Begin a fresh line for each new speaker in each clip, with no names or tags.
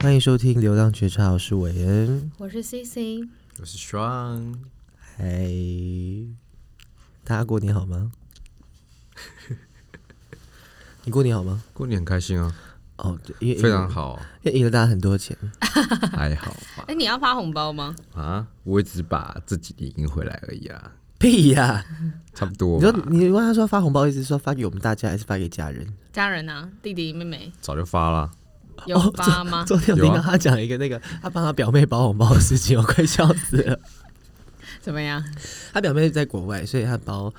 欢迎收听《流浪觉察》，我是韦恩。
我是 CC，
我是 Sean，
嗨，大家过年好 吗？你过年好吗？
过年很开心啊，
哦，对，因为
非常，好，
因为赢了大家很多钱。
还好吧
哎、？你要发红包吗？
啊，我只把自己赢回来而已啊，
屁呀、
差不多
你说
吧，
你问他说发红包，意思是说发给我们大家，还是发给家人？
家人啊，弟弟妹妹
早就发了，
哦
有发吗？
昨天我
有啊
听到他讲一个那个他帮他表妹包红包的事情，我快笑死了。
怎么样？
他表妹在国外，所以他包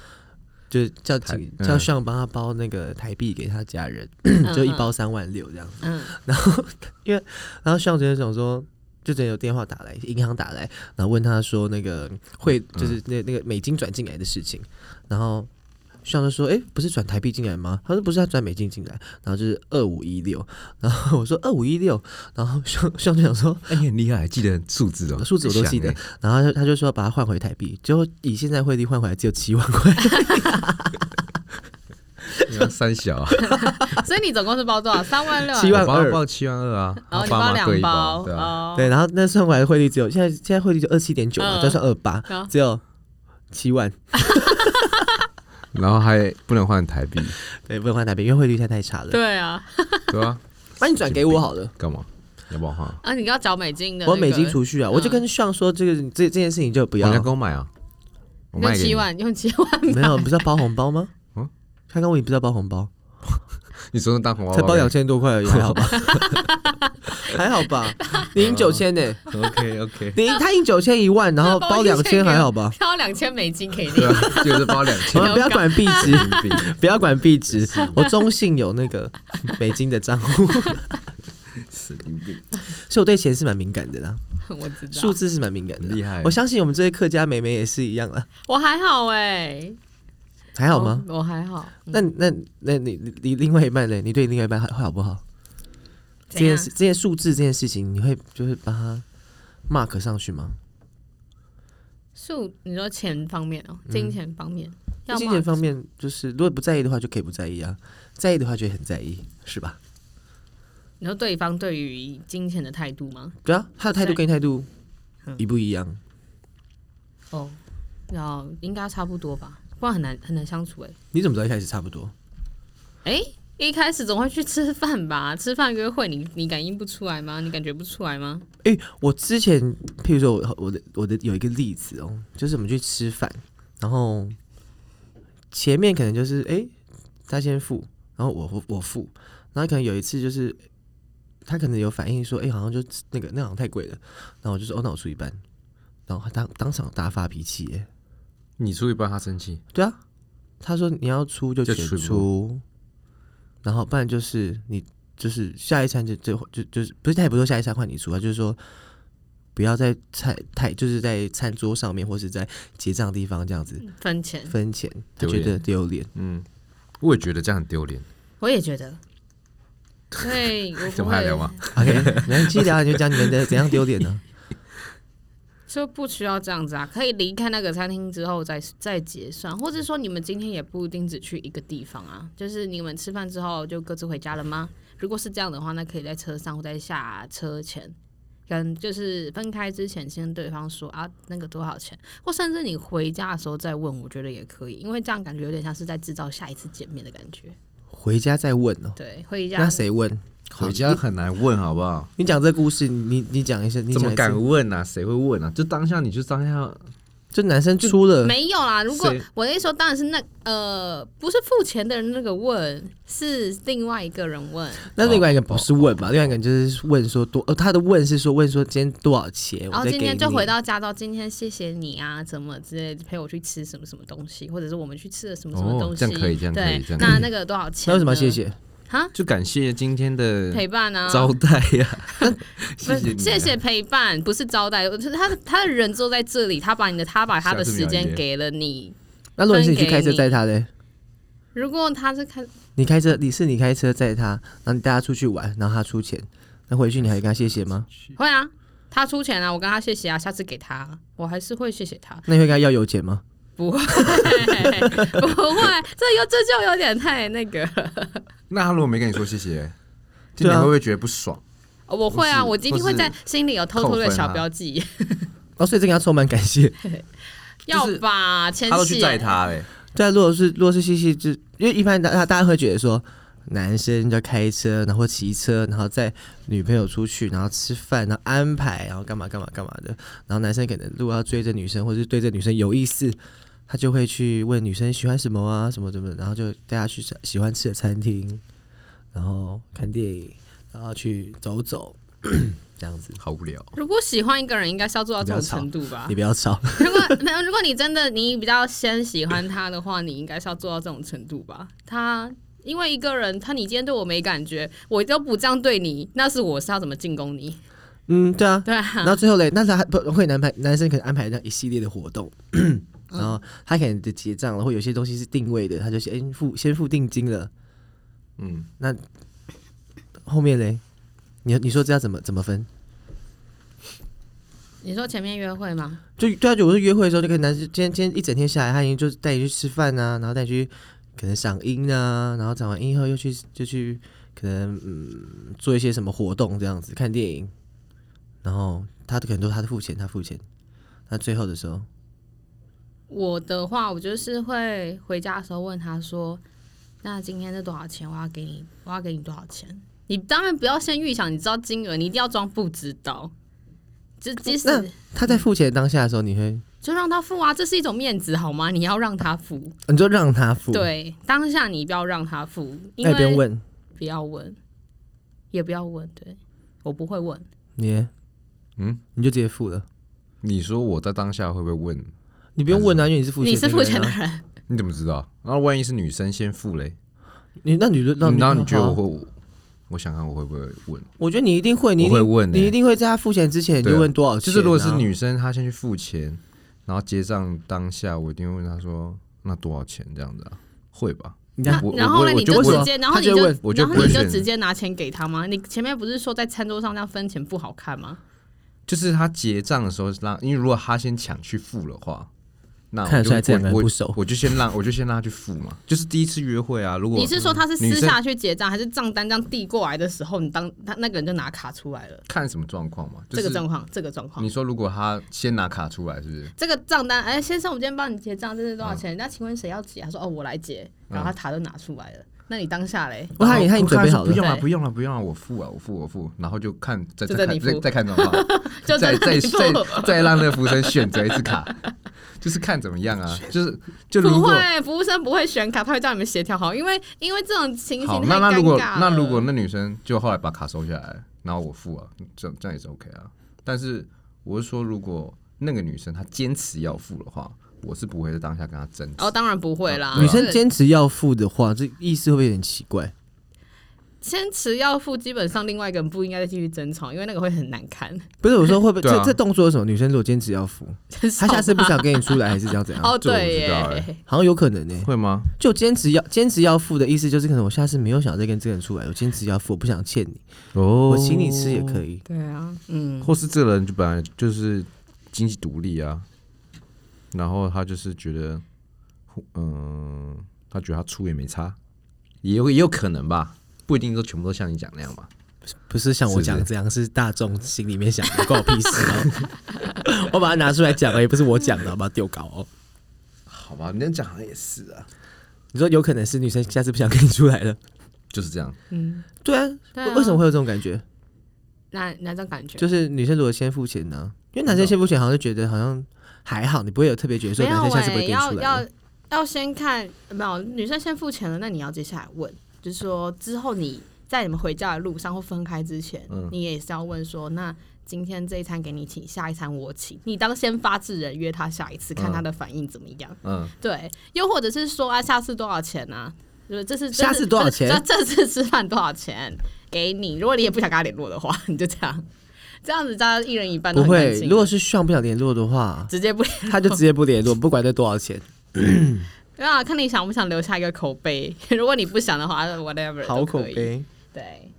就是叫几
嗯
叫上帮他包那个台币给他家人，就一包三万六这样子。
嗯，
然后因为然后上昨天想说，就昨天有电话打来，银行打来，然后问他说那个汇就是那那个美金转进来的事情，然后。上就说：“哎、不是转台币进来吗？”他说：“不是，他转美金进来。”然后就是二五一六，然后我说：“二五一六。”然后上上就想说：“
哎，你很厉害，记得数字哦，
数字我都记得
很强
然后他就他就说把它换回台币，结果以现在汇率换回来只有七万块，
哎，你要三小啊，
所以你总共是包 多少？三万六啊，
七万
我包
二
包七万二啊，
然后
他
你
爸妈
两
各一
包，
对啊，
哦，
对，然后那算回来的汇率只有现在现在汇率就二七点九嘛，
嗯
再算二八
然后，
只有七万，
然后还不能换台币，
对，不能换台币，因为汇率现在太差了。
对啊，
对啊，
那你转给我好了，
干嘛？要不要换？
啊，你要缴美金的、那
我
个，
有美金储蓄啊，我就跟上说这个这这件事情就不
你
要
要，跟我买啊，我
用
卖给
七
你，
万，用七万，
没有，不是要包红包吗
嗯？
他刚问你不是要包红包，
你手上当红包
才包两
包
千多块而已，还 好吧？还好吧？你赢九千呢？
，OK OK，
你赢他赢九千一 万，然后包两千还好 吧？
挑两千美金给你
对。啊，就是包 两
我
千
们不要管币值，
人民币，
不要管币值，我中信有那个 美金的账户，
神经病，
所以我对钱是蛮敏感的啦，
我知道
数，字是蛮啊敏感的啦。
厉害
我相信我们这些客家美眉也是一样啦，
我还好哎、
还好吗？
我？我还好。嗯
那那那你你你另外一半呢？你对另外一半还会好不好？这
怎样
件事、这件数字、这件事情，你会就是把它 mark 上去吗？
数，你说钱方面哦，金钱方面，要
嗯金
吗
钱？方面，就是如果不在意的话，就可以不在意啊；在意的话，就会很在意，是吧？
你说对方对于金钱的态度吗？
对啊，他的态度跟你态度一不一样？
哦，要应该差不多吧，不然很难很难相处哎、
你怎么知道一开始差不多？
哎、一开始总会去吃饭吧？ 吃饭约会你，你感应不出来吗？你感觉不出来吗？
哎、我之前，譬如说我我的我的有一个例子哦，就是我们去吃饭，然后前面可能就是哎、诶他先付，然后我我付，然后可能有一次就是他可能有反应说，哎、好像就那个那好像太贵了，然后我就说哦，那我出一半，然后他当当场大发脾气耶，
你出一半他生气，
对啊，他说你要出就
就
全
全部
出，然后不然就是你就是下一餐就就就就是不是他也不是说下一餐换你出啊，就是说不要在菜太就是在餐桌上面或是在结账的地方这样子
分钱，
分钱，他
丢
觉
脸
得丢脸。
嗯，我也觉得这样很丢脸。
我也觉得。对，我不会
怎么还聊吗？
OK，没关系，聊你就讲你们的怎样丢脸呢？
就不需要这样子啊，可以离开那个餐厅之后再再结算，或者说你们今天也不一定只去一个地方啊，就是你们吃饭之后就各自回家了吗？如果是这样的话，那可以在车上或在下车前，跟就是分开之前先对方说啊那个多少钱，或甚至你回家的时候再问，我觉得也可以，因为这样感觉有点像是在制造下一次见面的感觉。
回家再问哦。
对，回家
那谁问？
回家很难问，好不 好？
你讲这故事，你你你讲一下，你讲
怎么
一
敢
次
问啊？谁会问啊？就当下你就当下，
就男生出了，
没有啦，如果
谁
我的意思说，当然是那呃，不是付钱的人那个问，是另外一个人问。
那另外
哦
一个不是问吧？另外一个就是问说多，哦，他的问是说问说今天多少钱，
然
我
后
再
哦今
给
天
你
就回到家到今天谢谢你啊，怎么之类的，陪我去吃什么什么东西，或者是我们去吃了什么什么
哦
东西，
这样可以这样可以
对
这样可以
那那个多少钱？
那为什么要谢？谢？
哈，
就感谢今天的
陪伴啊，
招待呀、
不是
谢嗯谢你啊
谢谢陪伴，不是招待，就是他的他的人坐在这里，他把你的他把他的
下次
时
秒
间
约
给了你。
那如果是你去
分给
开车
你
载他嘞，
如果他是看
你开车，你是你开车载他，然后你带他出去玩，然后他出钱，那回去你还跟他谢谢吗？
会啊，他出钱啊，我跟他谢谢啊，下次给他，我还是会谢谢 他。
那你会跟他要油钱吗？
不会，不会，这又这就有点太那个了。
那他如果没跟你说谢谢，
对
今
啊
天会不会觉得不爽？
哦我会啊，
或是啊
我今天会在心里有偷偷的小标记，
哦，所以这个要充满感谢。
要吧？前
他都去
戏
载他嘞，
对啊，如果是如果是细细致，因为一般大家大家会觉得说，男生就开车，然后骑车，然后载女朋友出去，然后吃饭，然后安排，然后干嘛干嘛干嘛的。然后男生可能如果要追着女生，或者是对这女生有意思，他就会去问女生喜欢什么啊，什么什么，然后就带她去吃喜欢吃的餐厅，然后看电影，然后去走走， 这样子。
好无聊。
如果喜欢一个人，应该是要做到这种程度吧
你？不要吵，
如果没有，如果你真的你比较先喜欢他的话，你应该是要做到这种程度吧？他因为一个人，他你今天对我没感觉，我都不这样对你，那是我是要怎么进攻你？
嗯，对啊，
对啊，
然后最后嘞，那他还不会男排男生可能安排这样一系列的活动， 然后他可能的结账了，或有些东西是定位的，他就先付先付定金了。
嗯，
那后面嘞，你你说这要怎么怎么分？
你说前面约会吗？
就对啊，就我说约会的时候，就跟男生今天今天一整天下来，他已经就是带你去吃饭啊，然后带你去可能赏樱啊，然后赏完樱以后又去就去可能嗯做一些什么活动这样子，看电影，然后他可能都是他付钱，他付钱，那最后的时候。
我的话，我就是会回家的时候问他说：“那今天是多少钱？我要给你，我要给你多少钱？”你当然不要先预想，你知道金额，你一定要装不知道。就即
那
使
他在付钱当下的时候，你会，
就让他付啊，这是一种面子好吗？你要让他付，
哦你就让他付，，
对，当下你不要让他付，因
那也不用
为
问，
不要问，也不要问，对我不会问，
你，
嗯，
你就直接付了，
你说我在当下会不会问？
你不用问啊，因为你是付钱，
你是付钱的，人，
你怎么知道？那万一是女生先付嘞？
你那你就让
然后嗯你觉得我
好啊？
会？我想看我会不会问？
我觉得你一定会，你一
我会
定
问欸
你一定会在他付钱之前你就
对啊
问多少钱啊，
就是如果是女生，她先去付钱，然后结账当下，我一定会问她说：“那多少钱？”这样子啊，会吧？
你
那
看，
我我
然后呢，
我
你
就
就
不会
直接，然后
他
你
就
就
会问
我就
然
不
后
会
你就
选
直接拿钱给他吗？你前面不是说在餐桌上这样分钱不好看吗？
就是她结账的时候让，因为如果她先抢去付的话，那我
看得
就
出来这两个人
我
不熟
我就先让我就先让她去付嘛。就是第一次约会啊，如果
你是说他是
女
私
生
下去结账，还是账单这样递过来的时候，你当他那个人就拿卡出来了？
看什么状况嘛，就
这个
是
状况，这个状况
你，说如果她先拿卡出来，是不是？
这个账单，哎，先生，我今天帮你结账，这是多少
嗯
钱？那请问谁要结？他说哦，我来结，然后他卡都拿出来了。那你当下嘞？
我看你看你准备好
不
了，
用了，
对
不用了，不用了，我付啊，我付，我付，然后就看再
就在
再看
你
再
付
再看状况，
就在
再
那
再
里
再
付
再让那个服务生选择一次卡，就是看怎么 样啊，就是就如
不
果
会， 服务生不会选卡，他会叫你们协调好，因为因为这种情
好
形，太
那那
尴
如果
尬了。
那如果那女生就后来把卡收下来，然后我付啊，这样这样也是 OK 啊。但是我是说，如果那个女生她坚持要付的话，我是不会在当下跟她争执。
哦，当然不会
啊
啦，
女生
这
坚持要付的话，这意思会不会有点奇怪？
坚持要付，基本上另外一个人不应该再继续争吵，因为那个会很难看。
不是我说会不会
对啊
这这动作是什么？女生如果坚持要 付，她下次不想跟你出来，还是这样怎样？
哦，
啊这我不
对
知道哎
耶，
好像有可能呢。
会吗？
就坚持要坚持要付的意思，就是可能我下次没有想再跟这个人出来，我坚持要付，我不想欠你，
哦
我请你吃也可以。
对啊，嗯，
或是这个人就本来就是经济独立啊，然后他就是觉得，嗯、他觉得他出也没差，也有也有可能吧，不一定都全部都像你讲那样吧。
不是像我讲的这样，是大众心里面想的，关我屁事哦。 我把它拿出来讲了，也不是我讲的，我把它丢高哦。
好吧，你这样讲好像也是啊，
你说有可能是女生下次不想跟你出来了？
就是这样。
对啊，
对啊
为什么会有这种感觉？
哪哪种感觉？
就是女生如果先付钱呢、因为男生先付钱好像就觉得好像还好，你不会有特别觉得说
没有
男生下次不
哎、
会跟你
要
出来
要
了。
要先看，没有女生先付钱了，那你要接下来问，就是说之后你在你们回家的路上或分开之前，
嗯
你也是要问说，那今天这一餐给你请，下一餐我请，你当先发制人约他下一次，
嗯
看他的反应怎么样。
嗯，
对，又或者是说啊，下次多少钱啊？就是这是
下次多少钱
这这次吃饭多少钱给你？如果你也不想跟他联络的话， 你就这样，这样子大家一人一半都
不
很开
会，
心。
如果是上不想联络的话，
直接不
他就直接不联 络，不管这多少钱，
对啊，看你想不想留下一个口碑。 如果你不想的话那，whatever，
好
都
口
可以。
碑。
对，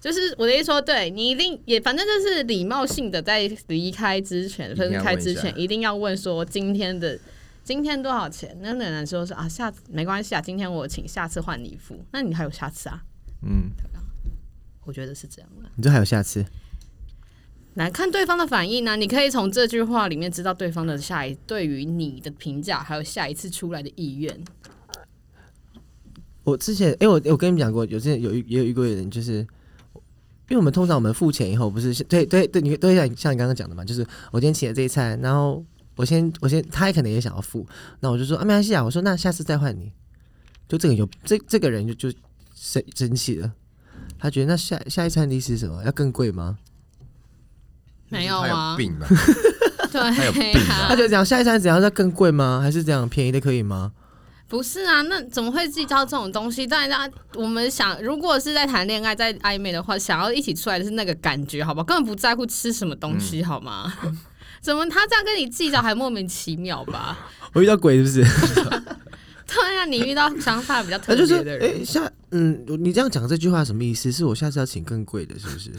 就是我的意思说，对你一定也反正就是礼貌性的，在离开之前、
一定
分
要
开之
问一
前，
下
一定要问说今天的今天多少钱？那那人说是啊，下次没关系啊，今天我请，下次换你付。那你还有下次啊？
嗯，
我觉得是这样的，
你这还有下次？
来看对方的反应呢、啊你可以从这句话里面知道对方的下一对于你的评价，还有下一次出来的意愿。
我之前，哎、我我跟你们讲过，有之前有一也有遇过有人，就是因为我们通常我们付钱以后，不是对对对，你对像像你刚刚讲的嘛，就是我今天请了这一餐，然后我先我先他可能也想要付，那我就说啊没关系啊，我说那下次再换你，就这个有这这个人就就生生气了，他觉得那下下一餐的意思是什么？要更贵吗？
没有
他有
啊，
病吧？ 有
对
病
啊
他就讲下一餐怎样要更贵吗？还是这样便宜的可以吗？
不是啊，那怎么会计较这种东西？但家我们想，如果是在谈恋爱、在暧昧的话，想要一起出来的是那个感觉，好吧？根本不在乎吃什么东
嗯
西，好吗？怎么他这样跟你计较还莫名其妙吧？
我遇到鬼是不是？
对啊，你遇到想法比较特
他就是
别的
哎、
人，
诶下嗯，你这样讲这句话什么意思？是我下次要请更贵的，是不 是？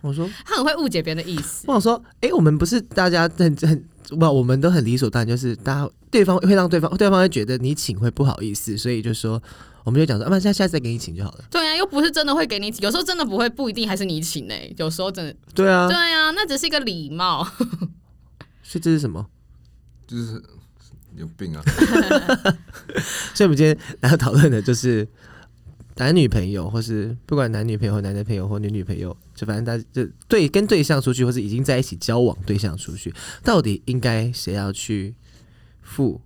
我说，
他很会误解别人的意思。
我想说，哎、我们不是大家很很不，我们都很理所当然，就是大家对方会让对方对方会觉得你请会不好意思，所以就说我们就讲说，啊，那下下次再给你请就好了。
对啊，又不是真的会给你请，有时候真的不会，不一定还是你请呢、有时候真的，
对啊
对，啊，那只是一个礼貌。
所以这是什么？
就是有病啊！
所以我们今天 来要讨论的就是男女朋友，或是不管男女朋友、男男朋友或女女朋友，就反正大家就对跟对象出去，或是已经在一起交往对象出去，到底应该谁要去付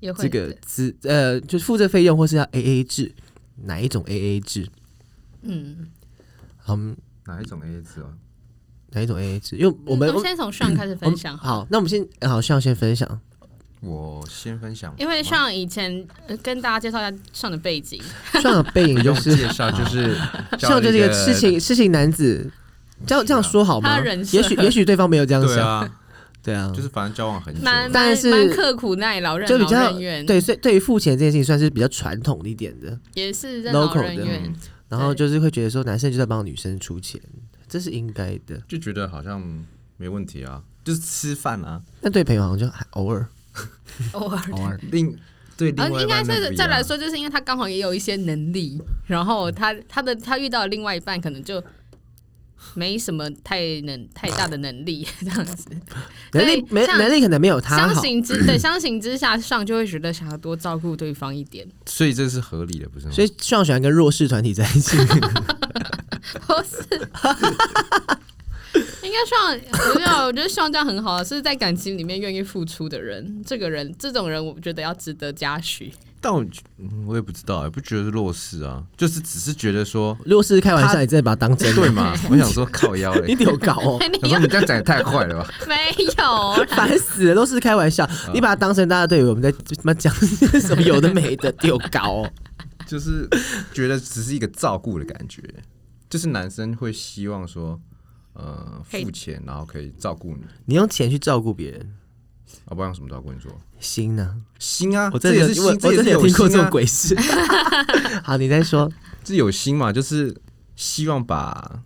也会
这个资呃，就是付这费用，或是要 A A 制，哪一种 A A 制？
嗯，
嗯，
哪一种 A 字哦？
哪一种 A A 制？因为我们
嗯我们先从上开始分享好了
好，那我们先好，像先分享，
我先分享，
因为像以前、呃跟大家介绍一下上的背景，
上的背影
不
就
用
是
介绍， 就是
像就是一个痴情痴情男子，这样这样说好吗？
他人设
也许也许对方没有这样
啊对
想，
啊，
对啊，
嗯就是反正交往很久，
蛮
但
蛮
是
蛮刻苦耐劳、任
就比
劳
较
任怨，，
对，哦所以对于付钱这件事情算是比较传统一点的，
也是任劳
local
任
的
怨
嗯。，
然后
对
就是会觉得说男生就在帮女生出钱，这是应该的。
就觉得好像没问题啊，就是吃饭啊，
但对朋友好像就还偶尔
偶尔，
偶尔，
另对
呃
另外一
应该
半
是
不一
再
样
来，说，就是因为他刚好也有一些能力，然后他他的他遇到的另外一半可能就没什么太能太大的能力这样子，
能力
对
没
像
能力可能没有他
相
好，
形之对相形之下，上就会觉得想要多照顾对方一点，
所以这是合理的，不是吗？
所以上喜欢跟弱势团体在一起。
不是。应该算，没有，我觉得像这样很好，是在感情里面愿意付出的人。这个人，这种人，我觉得要值得嘉许。
但我觉嗯我也不知道，也不觉得是弱势啊，就是只是觉得说，
弱势是开玩笑，
他
你真的把它当真？
对， 嘛？我想说靠腰
你
嘞，
有搞 哦，
你
我说你这样讲也太坏了 吧？
没有啦，
烦死了，都是开玩笑，你把它当成大家对我们在他妈 讲些什么有的没的，丢搞哦。
就是觉得只是一个照顾的感觉，就是男生会希望说，呃，
可以
付钱然后可以照顾你，
你用钱去照顾别人，
啊，不然什么照顾你说？
心呢？
心啊，
我
这
真的
也是
我
心，
我
这也
真的
是
有听过这
心
种
啊，
鬼事。 好，你再说，
这有心嘛，就是希望把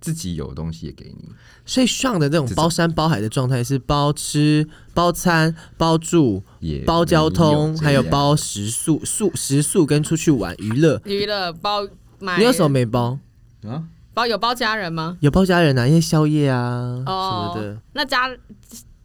自己有的东西也给你，
所以上的那种包山包海的状态是包吃、包餐、包住、
也
包交通，
没
还有
这样
包食宿、宿食宿跟出去玩娱乐。
娱乐包买，
你有什么没包？
啊，
包有包家人吗？
有包家人啊，一些宵夜啊、
哦
什么的。
那家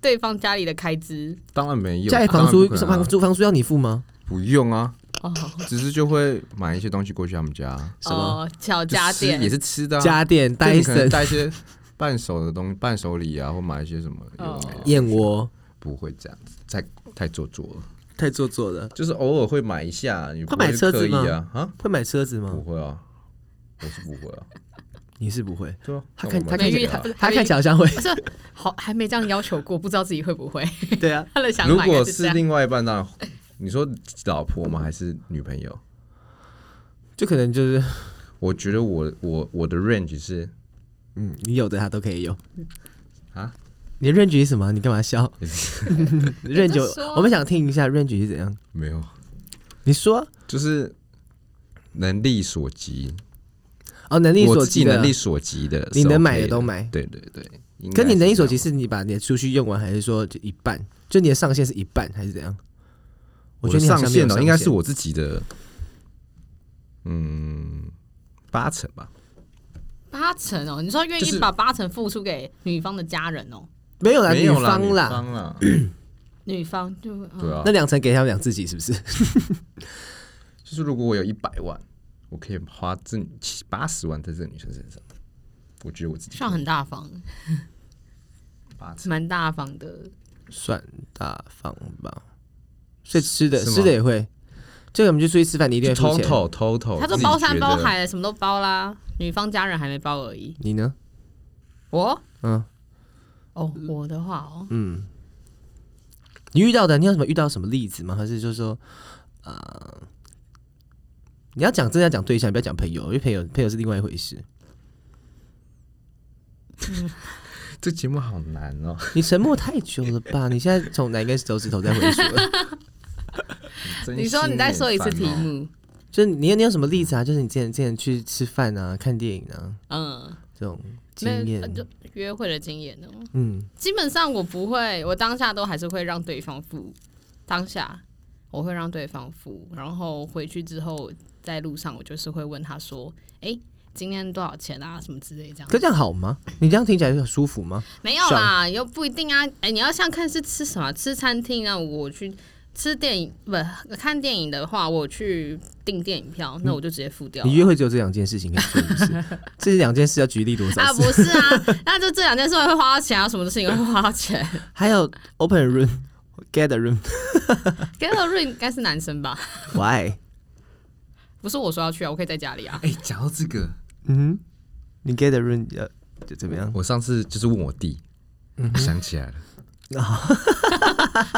对方家里的开支
当然没有，
家里
当然
房租、
不可能啊
房租、房租要你付吗？
不用啊，
哦
只是就会买一些东西过去他们家，
什么
哦，小
就
家
吃
电
也是吃的、啊，
家电、
就
戴
你可能
森、
带一些伴手的东西，伴手礼啊，或买一些什么有的没的，
燕窝，
不会这样子，太太做作了，
太做作了。
就是偶尔会买一下，你不
会买车子
刻意
吗嗯
啊？啊，
会买车子
不
吗？
会啊，我是不会啊，
你是不会，
对啊，
他看
那我
他看
买
没
这
起
遇
个
到
啊，
他看起来好像会。
这好还没这样要求过，不知道自己会不会
对啊，
他的想
如
法应该
果
这
是
样。
另外一半，当然你说老婆吗？还是女朋友？
就可能就是，
我觉得我我我的 range 是
嗯，你有的他都可以有
啊。
你的 range 是什么？你干嘛 笑？range，
你就说
我们想听一下 range 是怎样。
没有，
你说
就是能力所及，
哦，能力
我
所
自己
及的，
能力所及的，
你能买的都买
对对对。应
可
该
你能力所及
是这样
是你把你的储蓄用完，还是说就一半？就你的上限是一半，还是怎样？
我
觉得
的
你好
上
像没有
限哦，应该是
上
我自己的，嗯，八成吧。
限
八成哦，你说愿
就
意
是
把八成付出给女方的家人哦，
没有啦，
没
女
有啦，
方啦，
方啦，
嗯女方就嗯
对啊
那。两层给他们俩自己是不是？
就是如果我有一百万，我可以花这七八十万在这个女生身上，我觉得我自己
算很大方，
八成。
蛮大方的。
算大方吧。所以吃的
是吗
吃的也会，就我们去出去吃饭，你一定
就
会付钱。
total total，
他说
哦自己
包山
觉
包
得，
海，什么都包啦，女方家人还没包而已。
你呢？
我
嗯
哦，我的话哦，
嗯，你遇到的，你有什么遇到什么例子吗？还是就是说，呃，你要讲真的要讲对象，不要讲朋友，因为朋友朋友是另外一回事。
这节目好难哦。
你沉默太久了吧？ 你现在从哪根手指头在回溯了？
真
你说
心
你再
也
说一次
烦
题
哦，
目，
就是你你有什么例子啊？就是你之前之前去吃饭啊、看电影啊
嗯，
这种经
没有呃
验，
就约会的经验哦。
嗯，
基本上我不会，我当下都还是会让对方付，当下我会让对方付，然后回去之后在路上我就是会问他说，诶，今天多少钱啊，什么之类这样
可。这样好吗？你这样听起来很舒服吗？
没有啦，又不一定啊。哎、你要像看是吃什么，吃餐厅啊，我去吃电影不看电影的话，我去订电影票，那我就直接付掉了
你约会只有这两件事情可以做，是不是？这两件事要举例多
啊，
少
不
次？
是啊，那就这两件事会花到钱啊，什么事情会 花到钱。
还有 open room、get room、
g a l r y 应该是男生吧？
why？
不是我说要去啊，我可以在家里啊。
哎，讲到这个，
嗯哼，你 get room 要就怎么样？
我上次就是问我弟，我想起来了，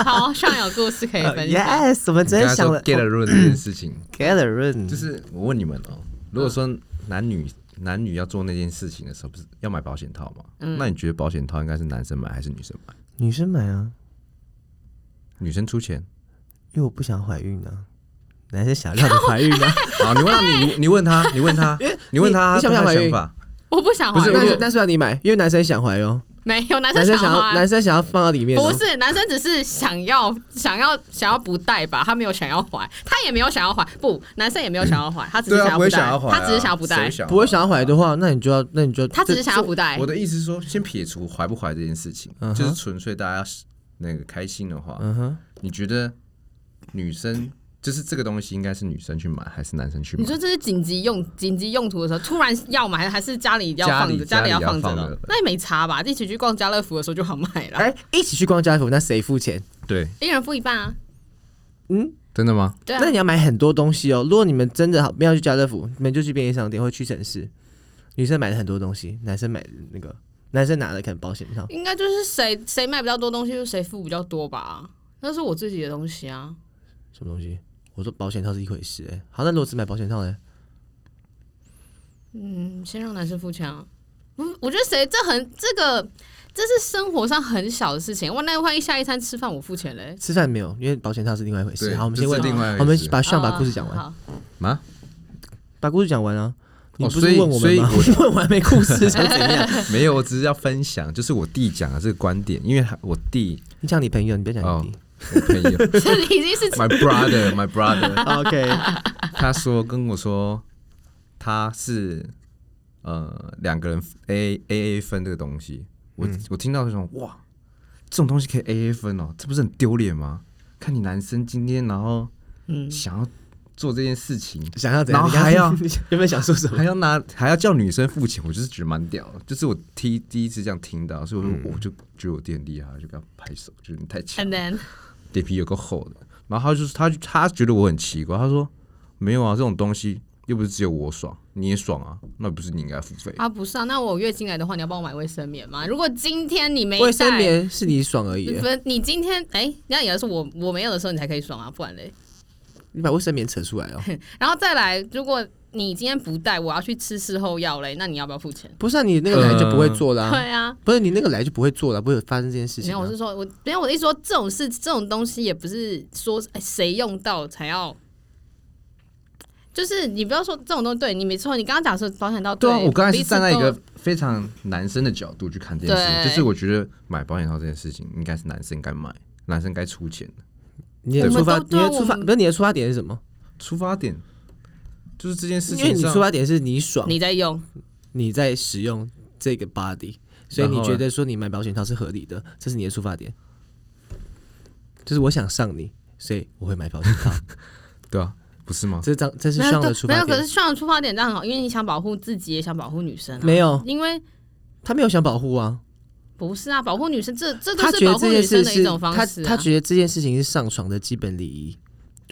好，上有故事可以分享。
呃 yes，我们
你
真的
刚才
想
说
了哦
get a room 这件事情，
get room，
就是我问你们哦，如果说男女男女要做那件事情的时候，不是要买保险套吗？那你觉得保险套应该是男生买还是女生买？
女生买啊，
女生出钱？
因为我不想怀孕啊。男生想让 你怀孕啊？
好，你问他，你你你问他，你问他，你问他，
你想不想
他
怀
想
孕
法？
我不想
不
怀
是，
孕，
那就那是要你买，因为男生想怀哦，
没有男
男
生啊
生想要
怀
男，生想要放到里面哦，
不
啊
是男生只是想要想要想要不带吧，他没有想要怀，他也没有想要怀，不，男生也没有想要怀，他只是
对啊，
想
不会
要
想要
带，
怀啊，
他只是想要不带
谁，
不会想要怀的话，那你就要那你就
他只是想要不带
我。的意思是说，先撇除怀不怀这件事情，
嗯哼
就是纯粹大家那个开心的话，
嗯哼，
你觉得女生就是这个东西应该是女生去买还是男生去买？
你说这是紧急用紧急用途的时候，突然要买，还是家里要
家
放
里
着？家
家
要
里要
放着
放
的
着，
那也没差吧？一起去逛家乐福的时候就好买了，
哎，一起去逛家乐福，那谁付钱？
对，
一人付一半啊。
嗯，
真的吗？
对啊
那，你要买很多东西哦。如果你们真的好没有去家乐福，你们就去便利商店或去城市。女生买了很多东西，男生买那个，男生拿了可能保险套。
应该就是谁谁买比较多东西，就谁付比较多吧。那是我自己的东西啊。
什么东西？我说保险套是一回事、哎，好，那如果只买保险套呢？
嗯，先让男生付钱啊。嗯，我觉得谁这很这个这是生活上很小的事情。哇，那万一下一餐吃饭我付钱嘞？
吃饭没有，因为保险套是另外一回事。
对
好，我们先
这
问
是另外一回，事
我们把上把
啊
故事讲完，
好
啊？
把故事讲完啊。你
哦
不是
所以
问我
所
们
以
吗？我问完没故事想怎样？
没有，我只是要分享，就是我弟讲的这个观点，因为他我弟哦
你讲你朋友，你别讲你弟。
我朋友
这已经是
my brother my brother，
OK，
他说跟我说他是呃两个人 A A A 分这个东西，我、
嗯
我听到这种哇，这种东西可以 A A 分哦，这不是很丢脸吗？看你男生今天然后
嗯，
想要做这件事情，
想要怎样？
然后还要
你刚刚你原本想说什么
还？要拿还要叫女生付钱，我就是觉得蛮屌的，就是我第第一次这样听到，所以我就、我就觉得我弟很厉害，就给他拍手，就是你太强
and
了，
then
脸皮有够厚的。然后他就是他他觉得我很奇怪，他说没有啊，这种东西又不是只有我爽，你也爽啊，那不是你应该付费？
啊不是啊，那我月经来的话，你要帮我买卫生棉吗？如果今天你没
卫生
带。
棉是你爽而已、
你
哎
不，你今天哎，那也是我我没有的时候，你才可以爽啊，不然嘞。
你把卫生棉扯出来哦。
然后再来，如果你今天不带，我要去吃事后药嘞，那你要不要付钱？
不是啊，你那个来就不会做啦、
对啊，
不是你那个来就不会做了，不会有发生这件事
没
情、
有，
啊。
我是说，我没有，我的意思说，这种事、这种东西也不是说哎谁用到才要，就是你不要说这种东西，对你没错，你刚刚讲说保险到
对啊，我刚才是站在一，
彼
个
此
非常男生的角度去看这件事情，
对
就是我觉得买保险套这件事情应该是男生该买，男生该出钱的。
你的出发，
我们
你
都
的
对啊
出发，
我们
不是你的出发点是什么？
出发点就是这件事
因为
情
你
上
出，发点是你爽
都，你在用，
你在使用这个 body，所以
然
你
后
觉
呢
得说你买保险套是合理的，这是你的出发点。就是我想上你，所以我会买保险 套，
对啊，不是吗？
这是张这是
没有
上
对
的出
没
发
有，可是
点。
上的出发点这样很好，因为你想保护自己，也想保护女生、啊。
没有，
因为
他没有想保护啊，
不是啊，保护女生这这都
他
是
觉
保
得
护
这
女
件
生
事
的一
是
种方
他
式、啊。
他觉得这件事情是上床的基本礼仪。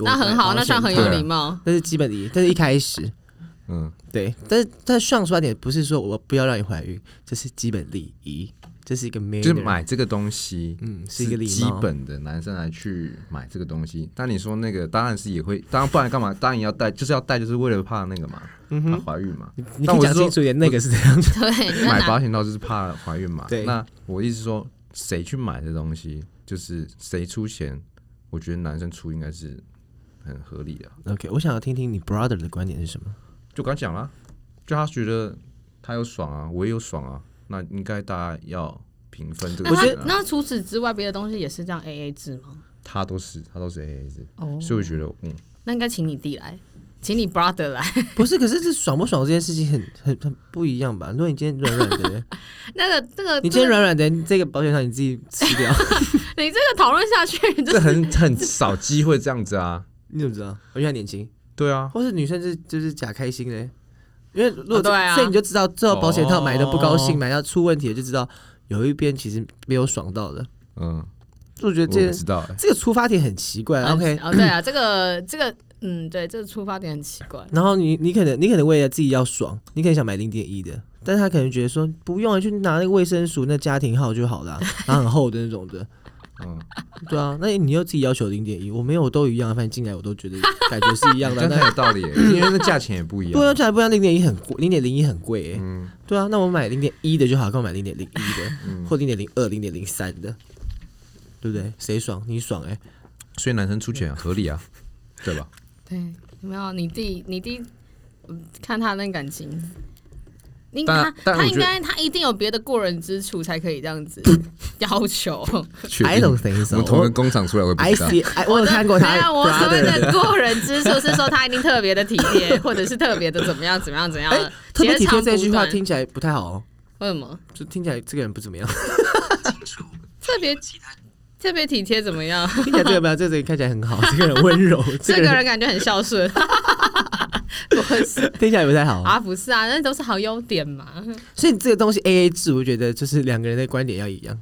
那很好，那算很有
啊
对
礼貌。
那是基本礼仪，但是一开始
嗯，
对，但是但是上出发点不是说我不要让你怀孕，这是基本礼仪，这是一个 manner，
就是买这个东西，
啊嗯是一个礼貌
基本的，男生来去买这个东西。但你说那个当然是也会，当然不然干嘛？当然也要带，就是要带，就是为了怕那个嘛，
嗯
怕怀孕嘛。
你可
但
以
我
讲
是说
清楚一点，那个是这样子。
对，那
买
哪
保险套就是怕怀孕嘛。
对
那我意思说，谁去买这东西，就是谁出钱，我觉得男生出应该是很合理的啊。
OK，我想要听听你 brother 的观点是什么？
就刚讲啦，就他觉得他有爽啊，我也有爽啊，那应该大家要平分这个
那他
钱啊。
那除此之外，别的东西也是这样 A A 制吗？
他都是他都是 A A 制，
哦，
所以我觉得嗯，
那应该请你弟来，请你 brother 来。
不是，可是这爽不爽这件事情很很很不一样吧？如果你今天软软 的，
那个那个，
你今天软软的，你这个保险套你自己吃掉，
这个你这个讨论下去， 就
这很很少机会这样子啊。
你怎么知 道？我觉得他年轻，
对啊，
或是女生是就是假开心的，因为如果
哦对啊
所以你就知道最后保险套买的不高兴，
哦
买到出问题的就知道有一边其实没有爽到的。
嗯，
我觉得
我
这
不知道、欸，
这个出发点很奇怪。OK，
哦，对啊，这个这个，嗯，对，这个出发点很奇怪。
然后你你可能你可能为了自己要爽，你可能想买零点一的，但是他可能觉得说不用啊，去拿那个卫生署那家庭号就好 了啊，然后很厚的那种的。
嗯，
对啊，那你又自己要求零点一，我没有我都一样，反正进来我都觉得感觉是一样的。
真的很
那
有道理欸、因为那价钱也不一
对啊，
样。
进来不然零点一很贵，零点零一很贵哎、
嗯，
对啊，那我买零点一的就好，干嘛买零点零一的，或零点零二、零点零三的，对不对？谁爽你爽哎、
所以男生出钱合理啊，对吧？
对，有没有你弟，你弟，嗯看他那感情，应
但
他
但
他
我
应
觉得
该他一定有别的过人之处才可以这样 子要求。
确
i don't think
我
so
们同一个工厂出来，我也不
I
知道。
see，I, 我有看过
没
哦他
啊有，我所谓
brother
的
的，
过人之处是说他一定特别的体贴， 或者是特别的怎么样怎么样怎么样
哎、
的。
特别体贴这句话
截长补短
听起来不太好哦，
为什么
就听起来这个人不怎么样，
特别特别体贴怎么样？
听起来这个不要，这个人看起来很好，这个人温 柔，
这
这
个
个人
人感觉很孝顺，不是
听起来不太好。
啊？不是啊，那都是好优点嘛。
所以这个东西 A A 制，我觉得就是两个人的观点要一样，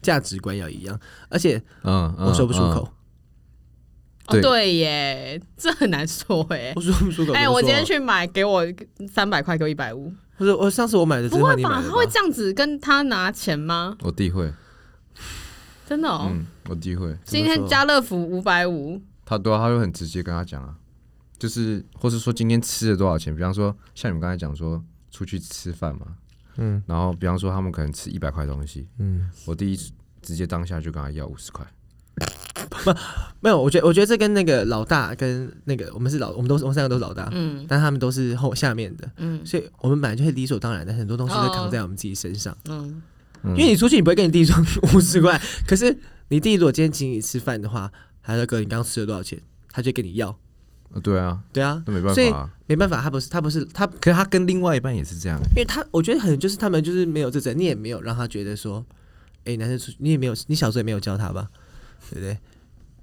价值观要一样，而且
嗯，嗯
我说不出口，，
哦，
对
对耶，这很难说耶
我。说不啊出口。
哎、
怎么
我今天
说，
去买，给我三百块，给我一百五，
我说我上次我买的，这
不
是换
会
你
吧
买？的
他
吧
会这样子跟他拿钱吗？
嗯我弟会，
真的哦。
嗯，我弟会，
今天家乐福五百五，
他对啊，他会很直接跟他讲啊，就是或是说今天吃了多少钱，比方说像你们刚才讲说出去吃饭嘛，
嗯，
然后比方说他们可能吃一百块东西，
嗯，
我弟直接当下就跟他要五十块，
没有，我觉得我觉得这跟那个老大跟那个我们是老，我们都是我们三个都是老大，
嗯
但他们都是后下面的，
嗯
所以我们本来就会理所当然的很多东西都
哦
扛在我们自己身上。
嗯，
嗯
因为你出去，你不会跟你弟说五十块，可是你弟如果今天请你吃饭的话，他说哥，你刚刚吃了多少钱？他就跟你要，
呃对啊，
对啊，
那没办
所以
法、啊，
没办法，他不是他不是他，
可是他跟另外一半也是这样、
因为他我觉得可能就是他们就是没有这种，你也没有让他觉得说，哎、男生出去你也没有，你小时候也没有教他吧，对不对？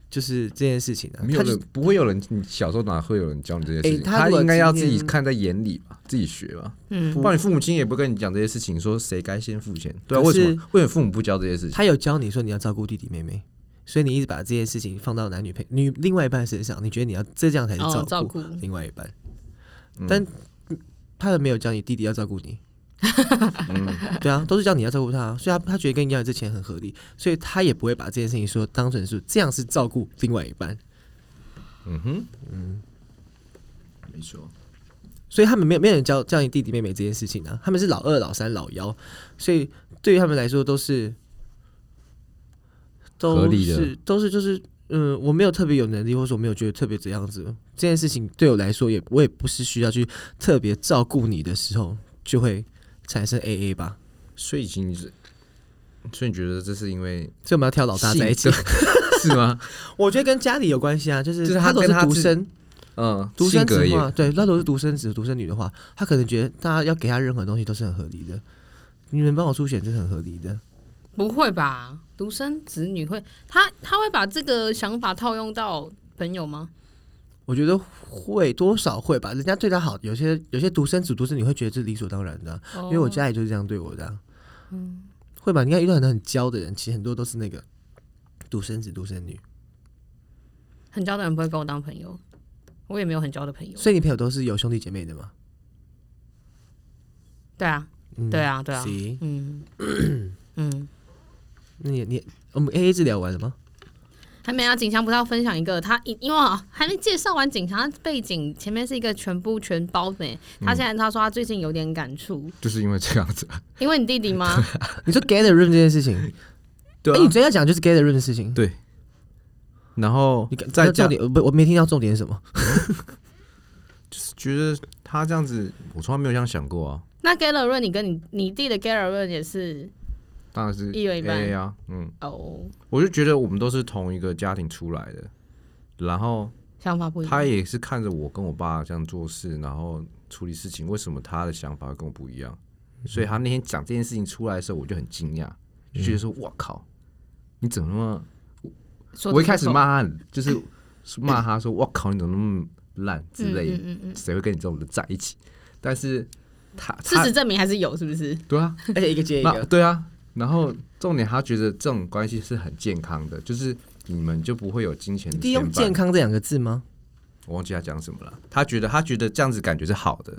就是这件事情啊，
没有
他就
人不会有人，你小时候哪会有人教你这些事情？
哎他如果
应该要自
今天
己看在眼里吧，自己学吧。
嗯
不然你父母亲也不会跟你讲这些事情，说谁该先付钱。对啊，
可
为
是
什么为什么父母不教这些事情？
他有教你说你要照顾弟弟妹妹，所以你一直把这件事情放到男女朋女另外一半身上，你觉得你要这样才是
哦，照
照
顾，
另外一半，
嗯
但他没有教你弟弟要照顾 你。
嗯
对啊，都是叫你要照顾他啊，所以他他觉得跟你要这钱很合理，所以他也不会把这件事情说当成是这样是照顾另外一半，
嗯哼，嗯，没错。
所以他们没有没有人教教你弟弟妹妹这件事情啊，他们是老二、老三、老幺，所以对于他们来说都是
合
都
理的
是都是就是嗯，我没有特别有能力，或者我没有觉得特别怎样子，这件事情对我来说也我也不是需要去特别照顾你的时候就会产生 A A 吧，
所以其实，所以你觉得这是因为
所以我们要挑老大在一起
性，格是吗？
我觉得跟家里有关系啊，就是
就是他
他总
跟他
独
自
生，
嗯，
独生
性格
子的
也
话，对，那如果是独生子、独生女的话，他可能觉得大家要给他任何东西都是很合理的。你们帮我出钱这是很合理的，
不会吧？独生子女会，他他会把这个想法套用到朋友吗？
我觉得会多少会吧。人家对他好，有些有些独生子、独生女会觉得这是理所当然的啊、
哦
因为我家里就是这样对我的、嗯，会吧？你看遇到很多很娇的人，其实很多都是那个独生子、独生女，
很交的人不会跟我当朋友，我也没有很交的朋友。
所以你朋友都是有兄弟姐妹的嘛？
对啊，
嗯，
对啊，对啊，
行，
嗯嗯，
那你你我们 A A 制聊完了吗？
还没啊。景祥不是要分享一个，他因因为啊还没介绍完景祥的背景，前面是一个全部全包的耶。欸
嗯
他现在他说他最近有点感触，
就是因为这样子。啊
因为你弟弟 吗？
你说 get the room 这件事情，哎、
对啊
你最要讲的就是 get the room 的事情。
对。然后
你
再
在
加
重，点，呃不，我没听到重点是什么。
就是觉得他这样子，我从来没有这样想过啊。
那 g a l e r n 你跟你你弟的 g a l e r n 也是
当然是
一人一半
A 啊，嗯，
哦，
我就觉得我们都是同一个家庭出来的，然后
想法不一
他
样。
也是看着我跟我爸这样做事，然后处理事情，为什么他的想法跟我不一样？所以他那天讲这件事情出来的时候，我就很惊讶，就觉得说：“哇靠，你怎么那么……”
说得
我一开
出
始
口
骂他很，就是 骂他说：“哇靠，你怎么那么烂之
嗯
类的，
嗯嗯嗯，
谁会跟你这种人在一起？”但是他
事
他
实证明还是有，是不是？
对啊，
而且一个接一
那，对啊，然后重点他觉得这种关系是很健康的，就是你们就不会有金钱的
利用
牵
健
绊。
康这两个字吗？
我忘记他讲什么了，他觉得他觉得这样子感觉是好的，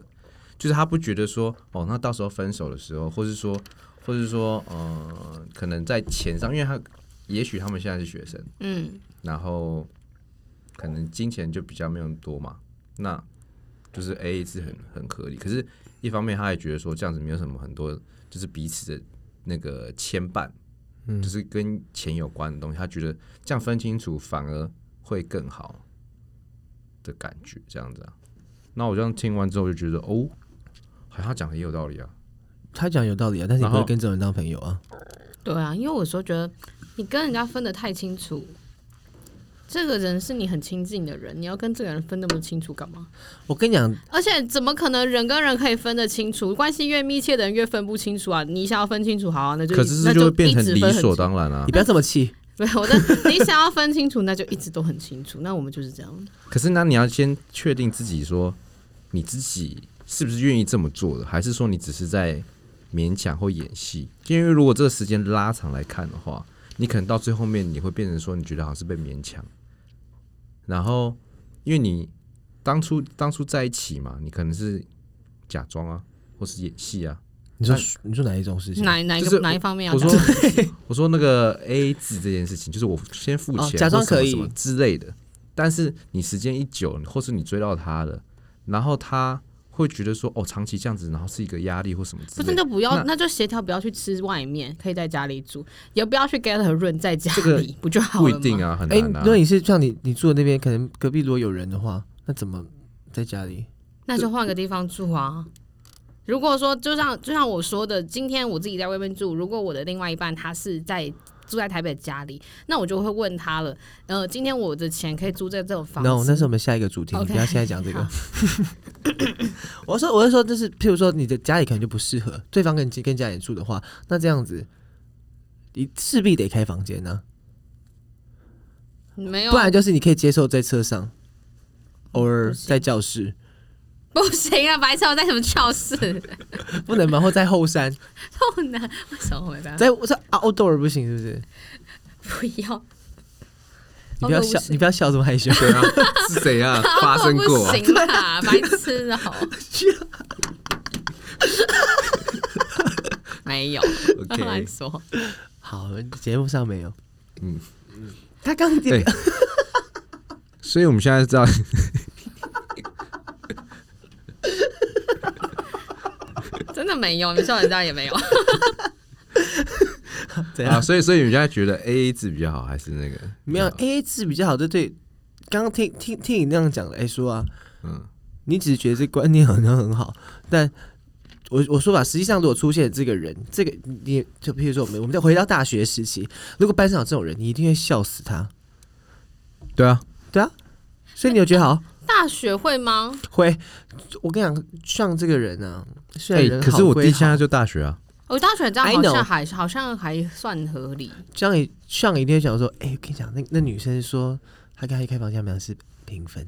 就是他不觉得说哦，那到时候分手的时候，或是说，或是说，呃，可能在钱上，因为他也许他们现在是学生，
嗯，
然后可能金钱就比较没有那么多嘛，那就是 A A 是很很合理。可是，一方面他也觉得说这样子没有什么很多，就是彼此的那个牵绊，
嗯
嗯
就是跟钱有关的东西，他觉得这样分清楚反而会更好的感觉，这样子啊。那我这样听完之后就觉得，哦，好像他讲的也有道理啊。
他讲有道理啊，但是你不
然
会
后
跟这种人当朋友啊。
对啊，因为我说觉得你跟人家分得太清楚，这个人是你很亲近的人，你要跟这个人分那么清楚干嘛？
我跟你讲，
而且怎么可能人跟人可以分得清楚？关系越密切的人越分不清楚啊！你想要分清楚，好、啊，那就
可是
那
这
就
会变成
一直
理
分很清
所当然啊
你。不要这么气。
对，我的你想要分清楚，那就一直都很清楚。那我们就是这样，
可是那你要先确定自己说你自己是不是愿意这么做的，还是说你只是在勉强或演戏？因为如果这个时间拉长来看的话，你可能到最后面你会变成说你觉得好像是被勉强，然后因为你当初当初在一起嘛，你可能是假装啊，或是演戏啊。
你说你说哪一种事情？
哪哪一个、
就是
哪一方面要
我
讲
说？ 我说那个 A A 制这件事情，就是我先付钱，
哦假装
或什么
可以
什么之类的。但是你时间一久，或是你追到他了，然后他会觉得说，哦，长期这样子，然后是一个压力或什么之
不
类
是，
的。
就不要，
那
那就协调，不要去吃外面，可以在家里煮，也不要去 get 和润在家
这个
里，不就好
不
了
一
吗？
定啊，很
哎、
难啊
如。果你是像你你住的那边，可能隔壁如果有人的话，那怎么在家里？
那就换个地方住啊。如果说就像就像我说的，今天我自己在外面住，如果我的另外一半他是在住在台北家里，那我就会问他了。呃，今天我的钱可以租在这种房子
no，那是我们下一个主题
OK
你不要现在讲这个。 我说，我是说，就是譬如说，你的家里可能就不适合对方跟你跟家里住的话，那这样子，你势必得开房间呢、
没有啊
不然就是你可以接受在车上，偶尔
不行
在教室，
不行啊，白痴！我在什么教 室？
不能吗？或在后 山，
好难，为什么没办法？
在我说 outdoor 不行，是不是？
不要，
你不要
outdoor 不
笑，
行
你不要笑这么害 羞。
对啊，是 谁啊？发生过、
不
啊？
行啦，白痴哦、没有
OK
乱
啊
说。
好，节目上没有。
嗯，
他刚啊点
哎所以我们现在知道，
真的没有，你笑人家也没有。
怎
啊，
样？
所以所以你们现在觉得 A A 制比较好，还是那个？
没有 A A 制比较好，对对。刚刚听听听你那样讲的，哎、说啊，
嗯，
你只是觉得这观念好像很好，但我我说吧，实际上如果出现这个人，这个你就譬如说我们我们再回到大学时期，如果班上有这种人，你一定会笑死他，
对啊，
对啊。所以你有觉得好？
大学会吗？
会，我跟你讲，像这个人啊，虽然
哎、
人
可
好
是我
归
弟
好
现在就大学啊，
我、哦大学这样
I
好
know
像还好像还算合理，
像一像一天想说，哎、我跟你讲，那那女生说她跟她一开房间门是平分，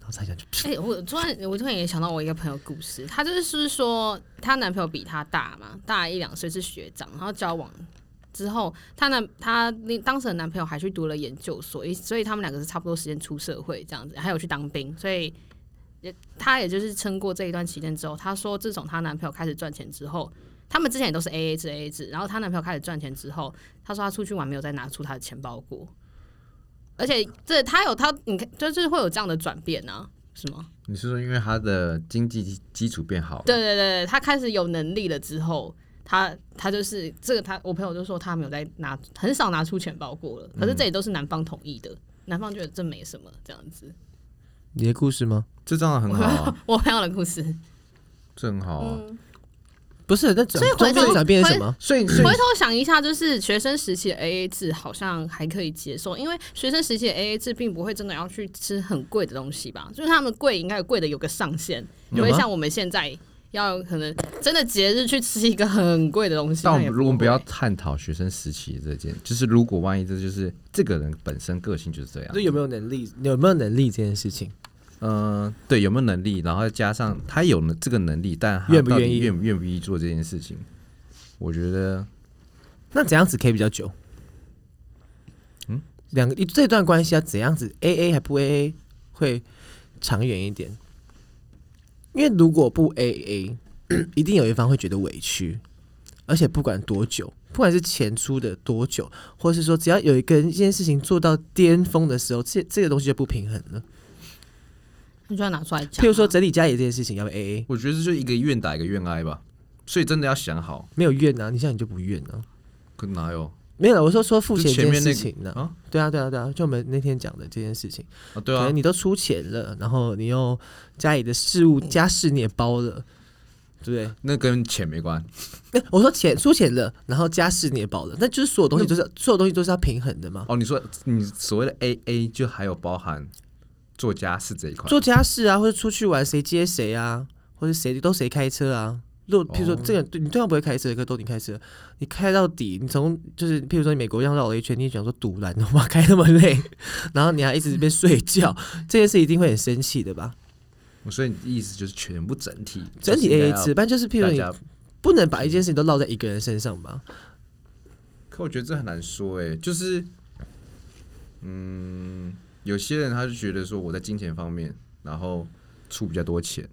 然后她想就
哎、我突然我突然也想到我一个朋友故事，她就是说她男朋友比她大嘛，大一两岁是学长，然后交往之后，她男她那当时的男朋友还去读了研究所，一所以他们两个是差不多时间出社会这样子，还有去当兵，所以也她也就是撑过这一段期间之后，她说自从她男朋友开始赚钱之后。他们之前也都是 A A 制 A A 制，然后她男朋友开始赚钱之后，她说她出去玩没有再拿出她的钱包过，而且这她有她，你看就是会有这样的转变啊，是吗？
你是说因为他的经济基基础变好了？
对对对，他开始有能力了之后，他他就是这个他，我朋友就说他没有在拿，很少拿出钱包过了。可是这也都是男方同意的，男方觉得这没什么这样子。
你的故事吗？
这当然很好 啊，
我朋友的故事，
这很好啊。
不是，那转
所以
中
回
间
头
转变是什么？
所以，所
回
以
头想一下，就是学生时期的 AA 制好像还可以接受，因为学生时期的 AA 制并不会真的要去吃很贵的东西吧？就是他们贵应该有贵的有个上限，不
有
会
吗
像我们现在要可能真的节日去吃一个很贵的东西。
但我
那
们
也
如果不要
会
探讨学生时期这件，就是如果万一这就是这个人本身个性就是这样
就，有没有能力？有没有能力这件事情？
嗯、对，有没有能力，然后再加上他有了这个能力，但他
愿不
到底
愿意
愿不愿不愿意做这件事情，我觉得
那怎样子可以比较久？嗯，
嗯
两个这段关系要怎样子 A A 还不 A A 会长远一点？因为如果不 A A，一 定有一方会觉得委屈，而且不管多久，不管是前出的多久，或是说只要有一个人一件事情做到巅峰的时候，这这个东西就不平衡了。
你就要拿出来讲啊。
譬如说整理家里这件事情，要不要 A A？
我觉得这就一个愿打一个愿挨吧。所以真的要想好，
没有怨啊，你像你就不怨啊。
可哪有
没有啦，我说说付
就
钱这
前
件
面那
事
个
情呢、
啊
对啊，对啊，对啊，就我们那天讲的这件事情。
啊？对
可
啊
能，你都出钱了，然后你又家里的事务家事你也包了，对不
那跟钱没关。
对？那我说钱出钱了，然后家事你也包了，那就是所有东西都
嗯
是所有东西都是要平衡的嘛。
哦，你说你所谓的 A A 就还有包含做家事这一块，
做家事啊，或者出去玩，谁接谁啊，或者谁都谁开车啊。如果譬如说
哦
这个人对你对方不会开车，可都你开车，你开到底，你从就是譬如说你美国这样绕了一圈，你也想说堵然的话开那么累， 然后你还一直在那边睡觉，这件事一定会很生气的吧？
所以你的意思就是全部整体
整体
就是应
A
该
A 制，不然就是譬
要
如
大
你
家。
不能把一件事情都落在一个人身上吧？
可我觉得这很难说哎、就是，嗯，嗯有些人他就觉得说我在金钱方面，然后出比较多钱，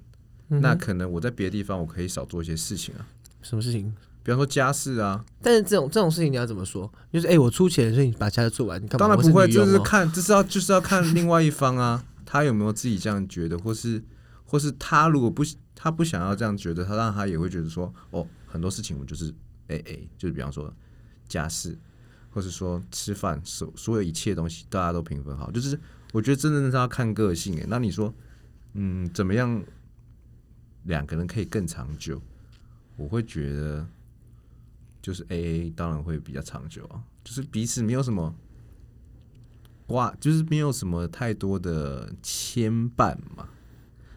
那可能我在别的地方我可以少做一些事情啊，
什么事情？
比方说家事啊，
但是这种这种事情你要怎么说？就是哎、我出钱，所以你把家事做完，你干嘛？
当然
我是
不会，
女
这
佣
是
哦
看，这是要就是要看另外一方啊，他有没有自己这样觉得，或是或是他如果不他不想要这样觉得，他让他也会觉得说，哦，很多事情我就是 A A，就是比方说家事，或是说吃饭，所所有一切东西大家都平分好，就是我觉得真的是要看个性诶、那你说，嗯，怎么样两个人可以更长久？我会觉得。就是 A A 当然会比较长久啊，就是彼此没有什么哇，就是没有什么太多的牵绊嘛。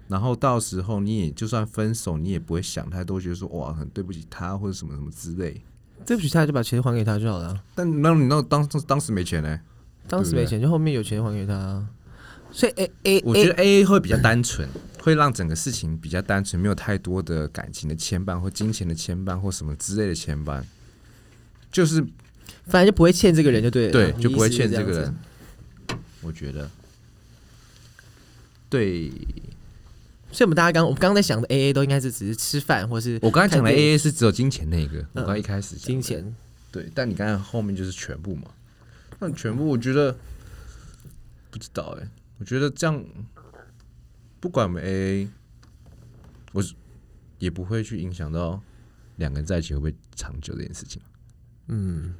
然后到时候你也就算分手，你也不会想太多，觉得说哇很对不起他或者什么什么之类。
对不起他，就把钱还给他就好了啊。
但那你那当当时没钱呢、
当时没钱，就后面有钱还给他啊。所以 A A
我觉得 A A 会比较单纯， 会让整个事情比较单纯，没有太多的感情的牵绊或金钱的牵绊或什么之类的牵绊，就是
反正就不会欠这个人就对了，
对
你，
就不会
意思是
欠这
样
个
子
人。。我觉得，对
所以我们大家刚我们刚刚在想的 A A 都应该是只是吃饭或是
我刚才讲的
看电影
A A 是只有金钱那个，我刚一开始讲的
嗯金钱，
对，但你刚才后面就是全部嘛，那全部我觉得不知道哎、我觉得这样不管我们 AA，我是也不会去影响到两个人在一起会不会长久这件事情。
嗯，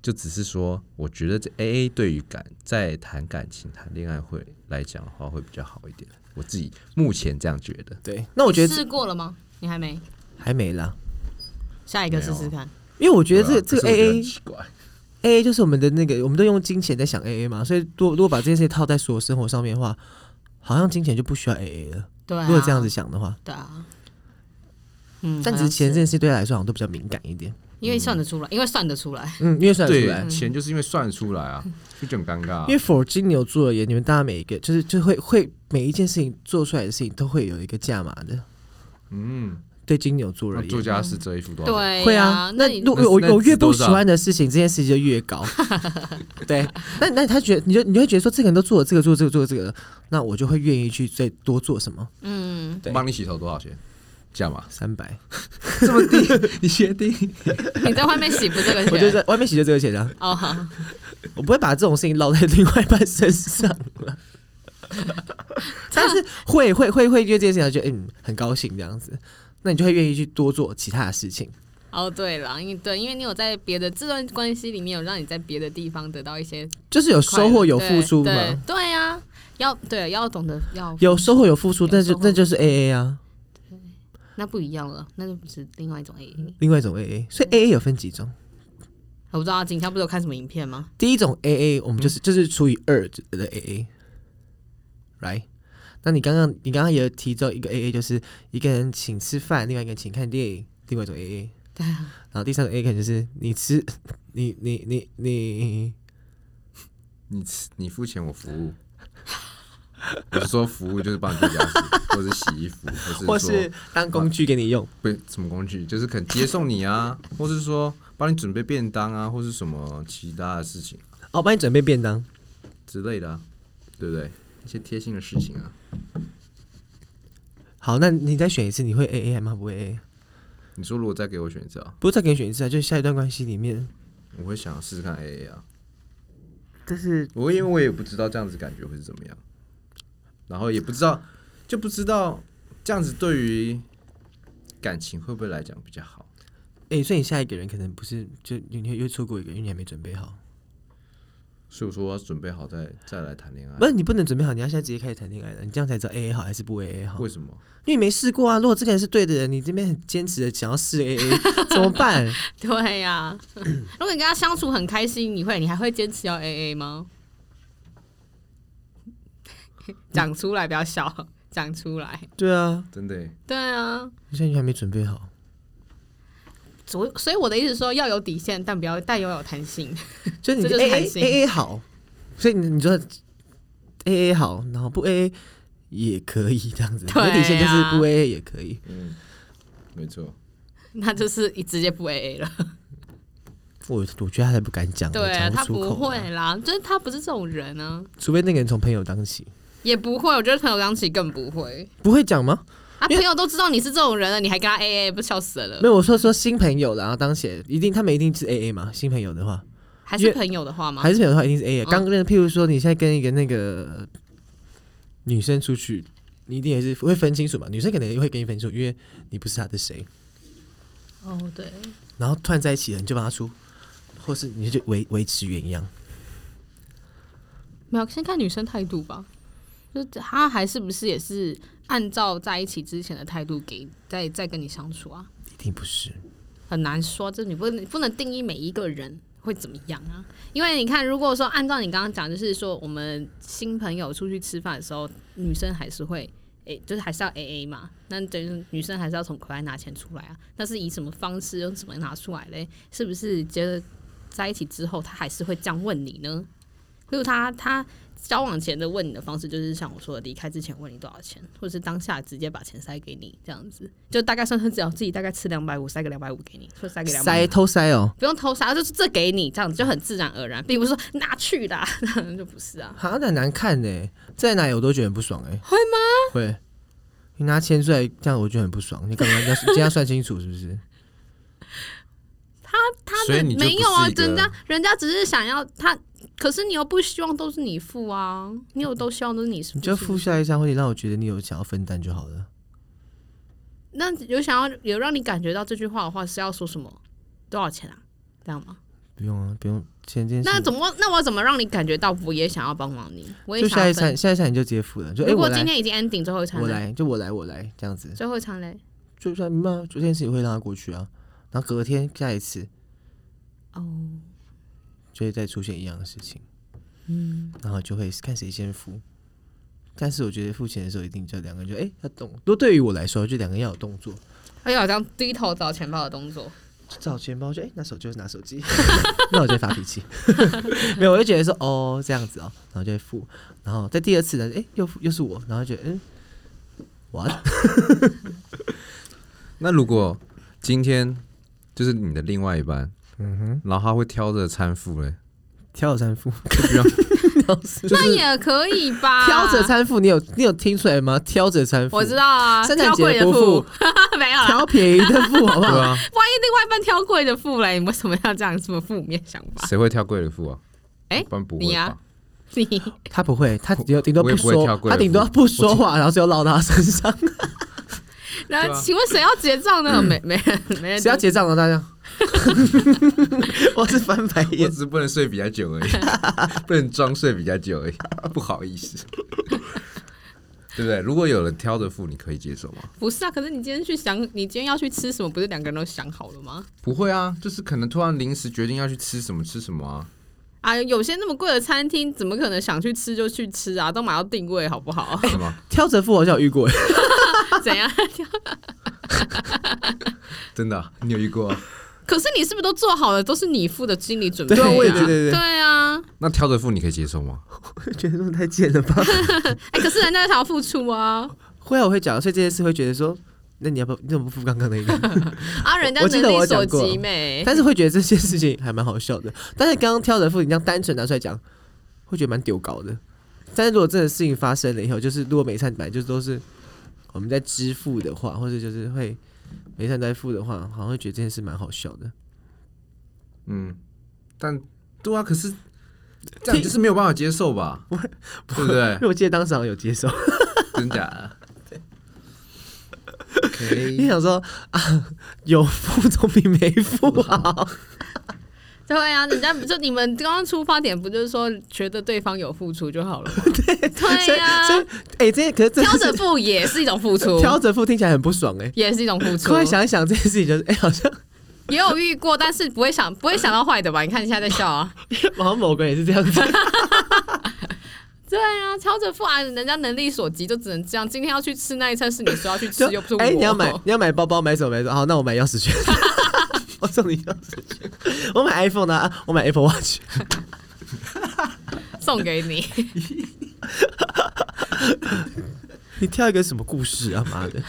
就只是说，我觉得这 AA 对于感在谈感情、谈恋爱会来讲的话，会比较好一点。我自己目前这样觉得。
对。那我觉得
试过了吗？你还没，
还没啦，
下一个试试看。
因为我觉得这个、这个
对啊可是
A
我觉得很
A
奇怪，
A A 就是我们的那个，我们都用金钱在想 A A 嘛，所以如果如果把这件事情套在所有生活上面的话，好像金钱就不需要 A A 了。
对、啊，
如果这样子，想的话，
对啊，嗯，
但
好
只是
像
钱这件事对他来说好像都比较敏感一点。
因为算得出来，因为算得出来，
嗯，因为算得出来
对，，钱就是因为算得出来 啊，就觉得很尴尬啊、
因为 for 金牛座而言，你们大家每一个就是就会会每一件事情做出来的事情都会有一个价码的。
嗯，
对金牛座
那
而
作
言，
家是这一幅多少？，
对
会
啊
啊。。
那
那
你
如
那
果我
那
我越
知道
不喜欢的事情，这件事情就越 高。对，那那他觉得你就你会觉得说这个人都做了这个做了这个做了这个了，那我就会愿意去再多做什么
嗯，
对，
帮你洗头多少钱？价嘛
三百，
这么 低，你确定？
你在外面洗不这个
我就
钱
在外面洗就这个钱啊，
哦，好
我不会把这种事情落在另外一半身上了。但是会会会会因为这件事情觉得嗯很高兴这样子，那你就会愿意去多做其他的事情。
哦，对了，因为对，因为你有在别的这段关系里面有让你在别的地方得到一些
就是有
快乐
收获有
对
付出
对
嘛，
对啊，要对要懂得要
有收获有付出，
有
那
收
就
获
那就是 A A 啊，
那不一样了，那就不是另外一种 A A。
另外一种 A A，所以
嗯
A A 有分几种。
我不知道啊，景强不是有看什么影片吗？
第一种 A A，我们
嗯
就是就是除以二的 A A，right？那你刚刚你刚刚也有提到一个 A A，就是一个人请吃饭，另外一个人请看电影，另外一种 A A。
对啊，
然后第三种 A A 可能就是你吃， 你你你你，
你吃你付钱，我服务。 我是说服务就是帮你做家事，或是洗 衣服，
或
或是说
是当工具给你用。
不什么工具，就是可能接送你啊，或是说帮你准备便当啊，或是什么其他的事情
哦，帮你准备便当。
之类的、啊，对不对？一些贴心的事情啊，
好，那你再选一次，你会 A A 吗？不会 A A，
你说如果再给我选择啊，
不是再给你选一次啊，就是下一段关系里面，
我会想要试试看 AA 啊，
就是
我因为我也不知道这样子感觉会是怎么样，然后也不知道就不知道这样子对于感情会不会来讲比较好，
哎、所以你下一个人可能不是就你你又错过一个，因为你还没准备好。
所以我说我要准备好再再来谈恋
不
爱，
是你不能准备好，你要现在直接开始谈恋爱了，你这样才知道 A A 好还是不 A A 好。
为什么？
因为你没试过啊。如果这个人是对的人，你这边很坚持的想要试 A A，怎么办？
对呀、 如果你跟他相处很开心，你会你还会坚持要 A A 吗？ 讲出来，不要笑， 讲出来。
对啊，
真的耶、
对啊，
你现在还没准备好。
所所以我的意思是说要有底线，但不要但要有弹性。
就你
这就是
A
弹
A
性
A A 好，所以你你说 A A 好，然后不 A A 也可以这样子，
对啊
你的底线就是不 A A 也可以。
嗯，没错，
那就是一直接不 A A 了，我
我我觉得他才不敢讲，
对啊
讲
他
出
不
口啊、
会啦，就是他不是这种人啊，
除非那个人从朋友当起，
也不会。我觉得朋友当起更不会，
不会讲吗？
啊，
因
朋
为
友都知道你是这种人了，你还跟他 A A，不笑死了
没。有，我说说新朋友啦，然后当起一定他们一定是 A A 嘛，新朋友的话。
还
因
是
为
朋友的话吗？
还是朋友的话一定是 A
嗯
A。刚认，譬如说你现在跟一个那个女生出去，你一定也是会分清楚嘛。女生可能也会跟你分清楚，因为你不是她的谁。
哦，对，
然后突然在一起了，你就帮她出，或是你就维维持原样。
没有，先看女生态度吧。就是她还是不是也是按照在一起之前的态度给再再跟你相处啊？
一定不是，
很难说，这你不能不能定义每一个人会怎么样啊。因为你看，如果说按照你刚刚讲，就是说我们新朋友出去吃饭的时候，女生还是会。诶、就是还是要 A A 嘛，那等于女生还是要从口袋拿钱出来啊。那是以什么方式，用什么拿出来嘞？是不是觉得在一起之后，他还是会这样问你呢？例如他他交往前的问你的方式，就是像我说的，离开之前问你多少钱，或者是当下直接把钱塞给你，这样子，就大概算算，只要自己大概吃两百五，塞个两百五给你，或塞个两
塞
百，
偷塞哦。
不用偷塞，就是这给你，这样子就很自然而然，并不是说拿去啦，这样 就不是啊。
好像很难看呢、在哪里我都觉得很不爽哎、会吗？会。你拿钱出来这样，我就很不爽。你干嘛要今天要算清楚是不是？
他
所以
们
你就
没有啊，
不是一个
人家人家只是想要他，可是你又不希望都是你付啊，你有都希望都是你付，
你就是
不
付
是
下一张，或者让我觉得你有想要分担就好了。
那有想要有让你感觉到这句话的话是要说什么？多少钱啊？这样吗？
不用啊，不用。钱这件事
那怎么？那我怎么让你感觉到我也想要帮忙你？我也
就
想
下
要
一
分。
餐，下一餐你就直接付了。就哎、
如
我
果今
来，
天已经 ending 最后一餐
我
了，
来，就我来，我来这样子。
最后一餐嘞？
就算那这件事情会让他过去啊，然后隔天下一次
哦，
就会再出现一样的事情，嗯，然后就会看谁先付，但是我觉得付钱的时候一定就两个人就哎、要动。如果对于我来说，就两个人要有动作，
还有好像低头找钱包的 动作，
找钱包就哎、拿手就是拿手机， 那我就会发脾气。 没有，我就觉得说哦这样子哦，然后就会付，然后在第二次呢，哎、又付又是我，然后就觉得嗯，我
那如果今天就是你的另外一半，嗯哼，然后他会挑着参付嘞，
挑着参付，
那也可以 吧？
挑着参付，你有你有听出来吗？挑着参付，
啊我知道啊，
圣诞
挑
节
贵的
不
付啊
付，
没有啦。
挑便宜的付，好不
对
好？
啊，
万一另外一半挑贵的付嘞，你为什么要这样这么负面想 法？
谁会挑贵的付啊？
哎
一般不
你
会
啊
吧？
你
他不会，他顶多顶多
我也不会
说
跳，贵
他
的
顶多
步
不说话，然后就落到他身上。
那
对啊
请问谁要结 账呢？没没人没人
谁要结账了？啊大家， 我是翻白
我
眼
只。是不能睡比较久而已， 不能装睡比较久而已， 不好意思， 对不对？如果有人挑着付，你可以接受吗？
不是啊，可是你今天去想，你今天要去吃什么，不是两个人都想好了吗？
不会啊，就是可能突然临时决定要去吃什么吃什么啊，
啊，有些那么贵的餐厅，怎么可能想去吃就去吃啊？都买到定位好不好？
是吗？
挑着付我好像有遇过，
怎样？
真的啊、你有遇过啊、
可是你是不是都做好了？都是你付的心理准备、啊。
对我也觉得对
对啊，
那挑着付你可以接受吗？
觉得这种太贱了吧？
哎、可是人家想要付出啊，
会啊，我会讲，所以这件事会觉得说，那你要不要你怎么不付刚刚那个？
啊，人家
我记得
能力
我
所
讲过
及没？
但是会觉得这件事情还蛮好 笑的。但是刚刚挑着付，你这样单纯拿出来讲，会觉得蛮丢搞的。但是如果真的事情发生了以后，就是如果每一餐本来就是都是我们在支付的话，或者就是会每一餐都在付的话，好像会觉得这件事蛮好笑的。
嗯，但对啊，可是这样就是没有办法接受吧？对不对
因？为我记得当时好像有接受，
真假啊的？
你
OK，
想说啊，有付总比没付好。
对啊，人家不就你们刚刚出发点不就是说觉得对方有付出就好了 吗？对
所以，
呀、
所以，哎、这些可是这
挑着付也是一种付出，
挑着付听起来很不爽哎、
也是一种付出
后。来想一想，这件事情就是哎、好像
也有遇过，但是不会想不会想到坏的吧？你看你现在在 笑啊。
好像某个人也是这样子。
对啊，挑着付啊，人家能力所及就只能这样。今天要去吃那一餐是你说要去吃，
就
又不是我。
哎、你要买你要买包包买什么买什么？好，那我买钥匙圈， 我送你钥匙圈。我买 iPhone 呢、啊，我买 Apple Watch，
送给你，
你挑一个什么故事啊？妈的！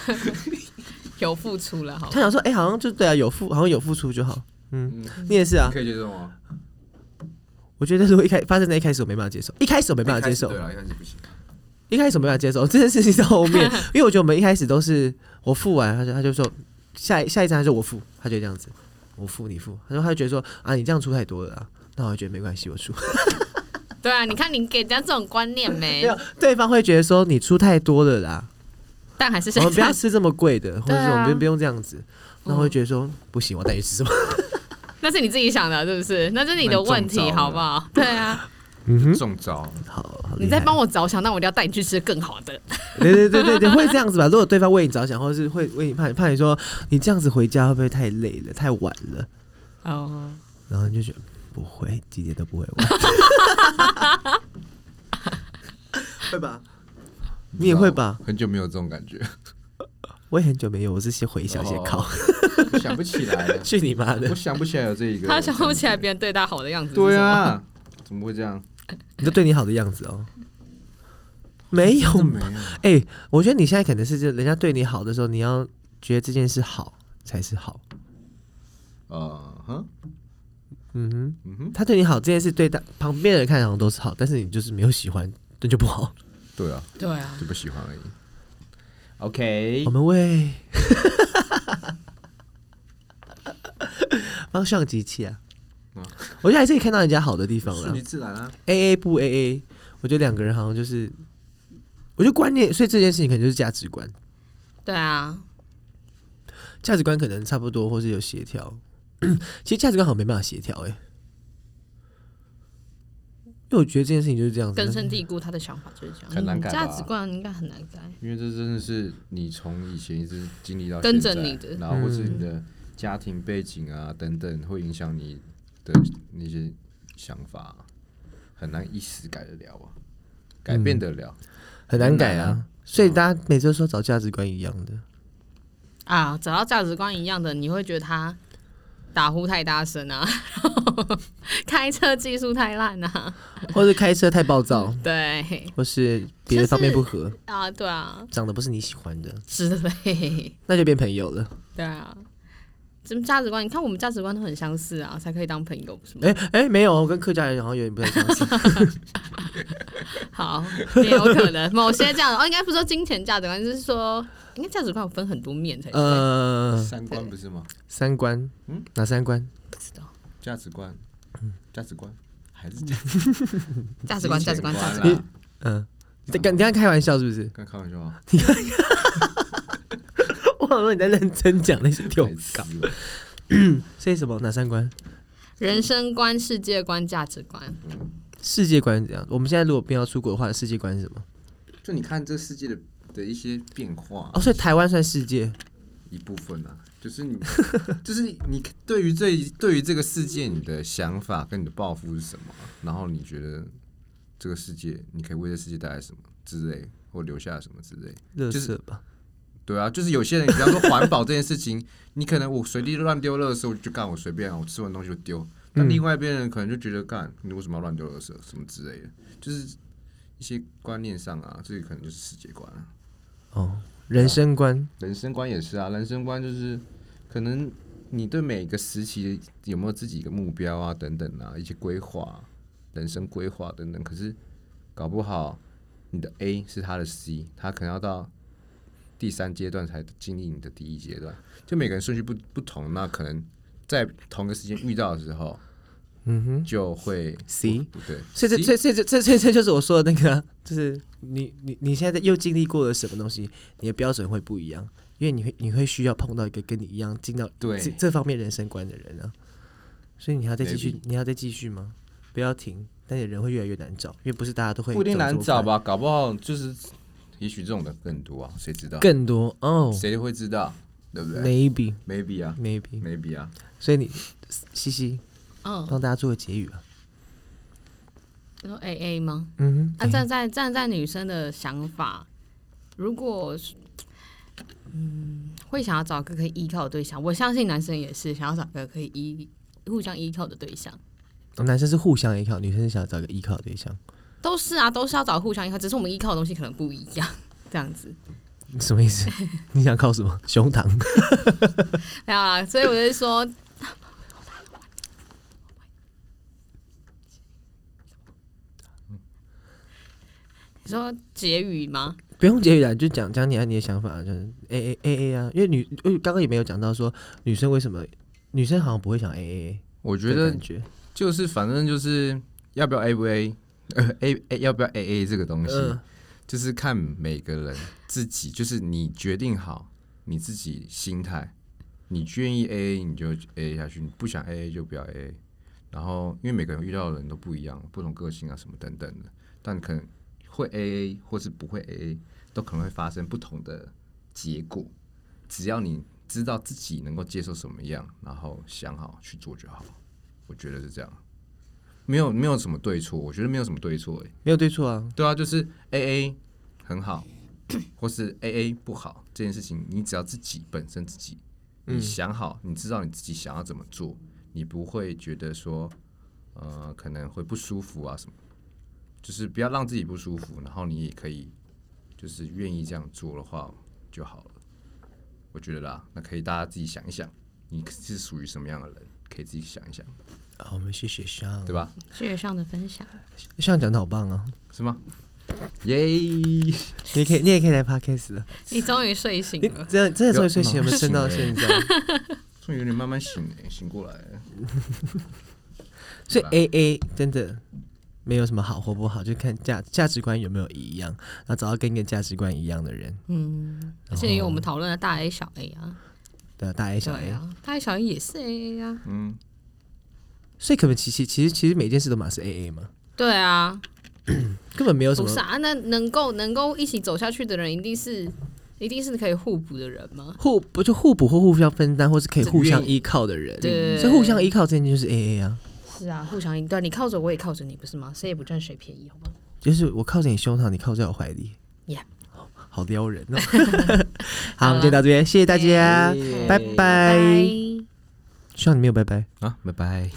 有付出了好吗
他。想说，哎、好像就对啊，有付，好像有付出就好。嗯，你也是啊
你。可以接受吗？
我觉得如果一开发生在一开始，我没办法接受，一开始我没办法接受
对，啊，一开始不行。
一开始我没办法接受这件事情到后面， 因为我觉得我们一开始都是我付完，他就他就说下一下一张他就我付，他就这样子，我付你付，他说他就觉得说啊你这样出太多了啊，那我就觉得没关系我出，
对啊，你看你给人家这种观 念
没
没
有？对方会觉得说你出太多了啦，
但 还是
我
现
们哦不
在
要吃这么贵的，或
对
者
啊嗯
是我们不用这样子，那我会觉得说不行，我带你去吃什么？
那是你自己想的，是不是？那是你的问
那你
题，
中招了
好不好？对啊，
嗯
中招，
好，好
你在帮
我？
我着想，那我一定要带你去吃更好的。
对对对对对，会这样子吧？如果对方为你着想，或者是会为你怕你怕你说你这样子回家会不会太累了、太晚了？
哦，
然后你就觉得不会，几点都不会玩， 会吧？你也会吧？
很久没有这种感觉，
我也很久没有，我是先回想先考，
我想不起来了，
去你妈的
我！ 想不起来有这一个。
他想不起来别人对他好的样子。
对
是吗，
啊，怎么会这样？
你就对你好的样子哦，没有
没
吧？
有，
哎、我觉得你现在可能是就人家对你好的时候，你要觉得这件事好才是好。
呃，哼，
嗯哼，
嗯哼，
他对你好这件事，对他旁边的人看好像都是好，但是你就是没有喜欢，那就不好。
对啊，
对啊，
就不喜欢而已。OK，
我们为 帮上机器啊
嗯。
我觉得还是可以看到人家好的地方
顺
了
其。自然啊。
A A 不 A A，我觉得两个人好像就是，我觉得观念，所以这件事情可能就是价值观，
对啊，
价值观可能差不多，或是有协调。 其实价值观好像没办法协调哎、因为我觉得这件事情就是这样子。
根深蒂固，他的想法就是这样，嗯
很难改
价
吧
值观应该很难改。
因为这真的是你从以前一直经历到
跟着
现在
你的
然后或是你的家庭背景啊等等，会影响你的那些想法，很难一时改得了啊，改变得了。
很难改
很难
啊。嗯所以大家每次都说找价值观一样的，
啊，找到价值观一样的，你会觉得他打呼太大声啊，然后开车技术太烂啊，
或是开车太暴躁，
对
或是别的方面不合，
啊，对啊
长得不是你喜欢的，
之类，
那就变朋友了。
对啊。怎么价值观？你看我们价值观都很相似啊，才可以当朋友，不是吗？
哎哎，没有，我跟客家人好像有点不太相 似。
好，也有可能某些这样哦，应该不是说金钱价值观，就是说，应该价值观有分很多面才对。
呃，
三观不是吗？
三观，
嗯
哪三观？
不知道
价值观，价值观还是价
价值观，价值观，价值观。
观嗯，你在跟你刚开玩笑是不是？
刚啊开玩笑啊，
我想说你在认真讲那些丢
白痴
稿，
哦
所以什么哪三观？
人生观、世界观、价值观，
世界观是怎样？我们现在如果变要出国的话，世界观是什么？
就你看这世界的的一些变化
哦，所以台湾算世界，
一部分啊，就是你， 就是你对于这对于这个世界你的想法跟你的抱负是什么，然后你觉得这个世界你可以为这世界带来什么之类，或留下什么之类。
乐
就是
色吧？
对啊，就是有些人，比方说环保这件事情，你可能我随地乱丢垃圾，我就干我随便啊，我吃完东西就丢。那另外一边人可能就觉得干你为什么要乱丢垃圾什么之类的，就是一些观念上啊，这个可能就是世界观啊，
哦，人生观，
人生观也是啊，人生观就是可能你对每个时期有没有自己的目标啊，等等啊，一些规划啊、人生规划等等。可是搞不好你的 A 是他的 C，他可能要到第三阶段才经历你的第一阶段。就每个人顺序不不同，那可能在同个时间遇到的时候，
嗯哼。
就会
C
不对，
所以这
C
这这这这这这就是我说的那个啊、就是你你你现在又经历过了什么东西，你的标准会不一样，因为你会你会需要碰到一个跟你一样进到
对
这这方面人生观的人啊，所以你还要再继续
Maybe，
你还要再继续吗？不要停，但你人会越来越难找，因为不是大家都会
不一定
这么
难
做
找
法？
吧，搞不好就是也许这种的更多啊，谁知道？
更多哦
谁会知道？对不对
，maybe
？Maybe 啊
maybe，
，Maybe 啊。
所以你西西
嗯，
帮大家做个结语啊吧。
你说 A A 吗？
嗯
啊，站在站在女生的想法，如果是嗯会想要找个可以依靠的对象，我相信男生也是想要找个可以依互相依靠的对象，
哼，哦男生是互相依靠，女生是想找个依靠的对象，
都是啊，都是要找互相依靠，只是我们依靠的东西可能不一样，这样子。
什么意 思？你想靠什么？胸膛？
没有啦，啊所以我就说，你说结语吗？
不用结语啦，就讲讲你啊你的想法，就是 A A A A 啊，因为女呃刚刚也没有讲到说女生为什么女生好像不会想 A A，
我觉得
感觉
就是反正就是要不要 A 不 A，呃 A A 要不要 A A 这个东西，
嗯
就是看每个人自己，就是你决定好你自己心态，你愿意 A A 你就 A A 下去，你不想 A A 就不要 A A。然后因为每个人遇到的人都不一样，不同个性啊什么等等的，但可能会 A A 或是不会 A A 都可能会发生不同的结果。只要你知道自己能够接受什么样，然后想好去做就好。我觉得是这样，没有没有什么对错，我觉得没有什么对错、欸。
没有对错啊，
对啊，就是 A A 很好，或是 A A 不好这件事情，你只要自己本身自己，你想好，你知道你自己想要怎么做，你不会觉得说，呃，可能会不舒服啊什么，就是不要让自己不舒服，然后你也可以，就是愿意这样做的话就好了。我觉得啦，那可以大家自己想一想，你是属于什么样的人，可以自己想一想，
啊我们谢谢上，
对吧？
谢谢上的分享，
上讲的好棒啊，
是吗？耶、
你也可以你也可以来 podcast 了，
你终于睡醒
你
了。
真的真的从睡醒有没有
有
撑到现在？
终于有点慢慢醒哎、醒过来了。
所以 A A 真的没有什么好或不好，就看价价值观有没有一样，然后找到跟你的价值观一样的人，
嗯，而且因为我们讨论了大 A 小 A 啊，
对啊大 A 小
对
A，、
啊，大 A 小 A 也是 A A 啊，
嗯，
所以可能其实其实其实每件事都嘛是 A A 嘛，
对啊，
根本没有什
不
么
是啊，那能够能够一起走下去的人，一定是一定是可以互补的人吗？
互不就互补或互相分担，或是可以互相
愿
依靠的人，
对
所以互相依靠这件事就是 A A 啊，
是啊，互相对，你靠着我也靠着你，不是吗？谁也不占谁便宜，好吗？
就是我靠着你胸膛，你靠在我怀里，
Yeah
好好撩人 哦。好，我们今天到这边，谢谢大家，拜
耶
拜。希望你没有拜拜。
啊，拜拜。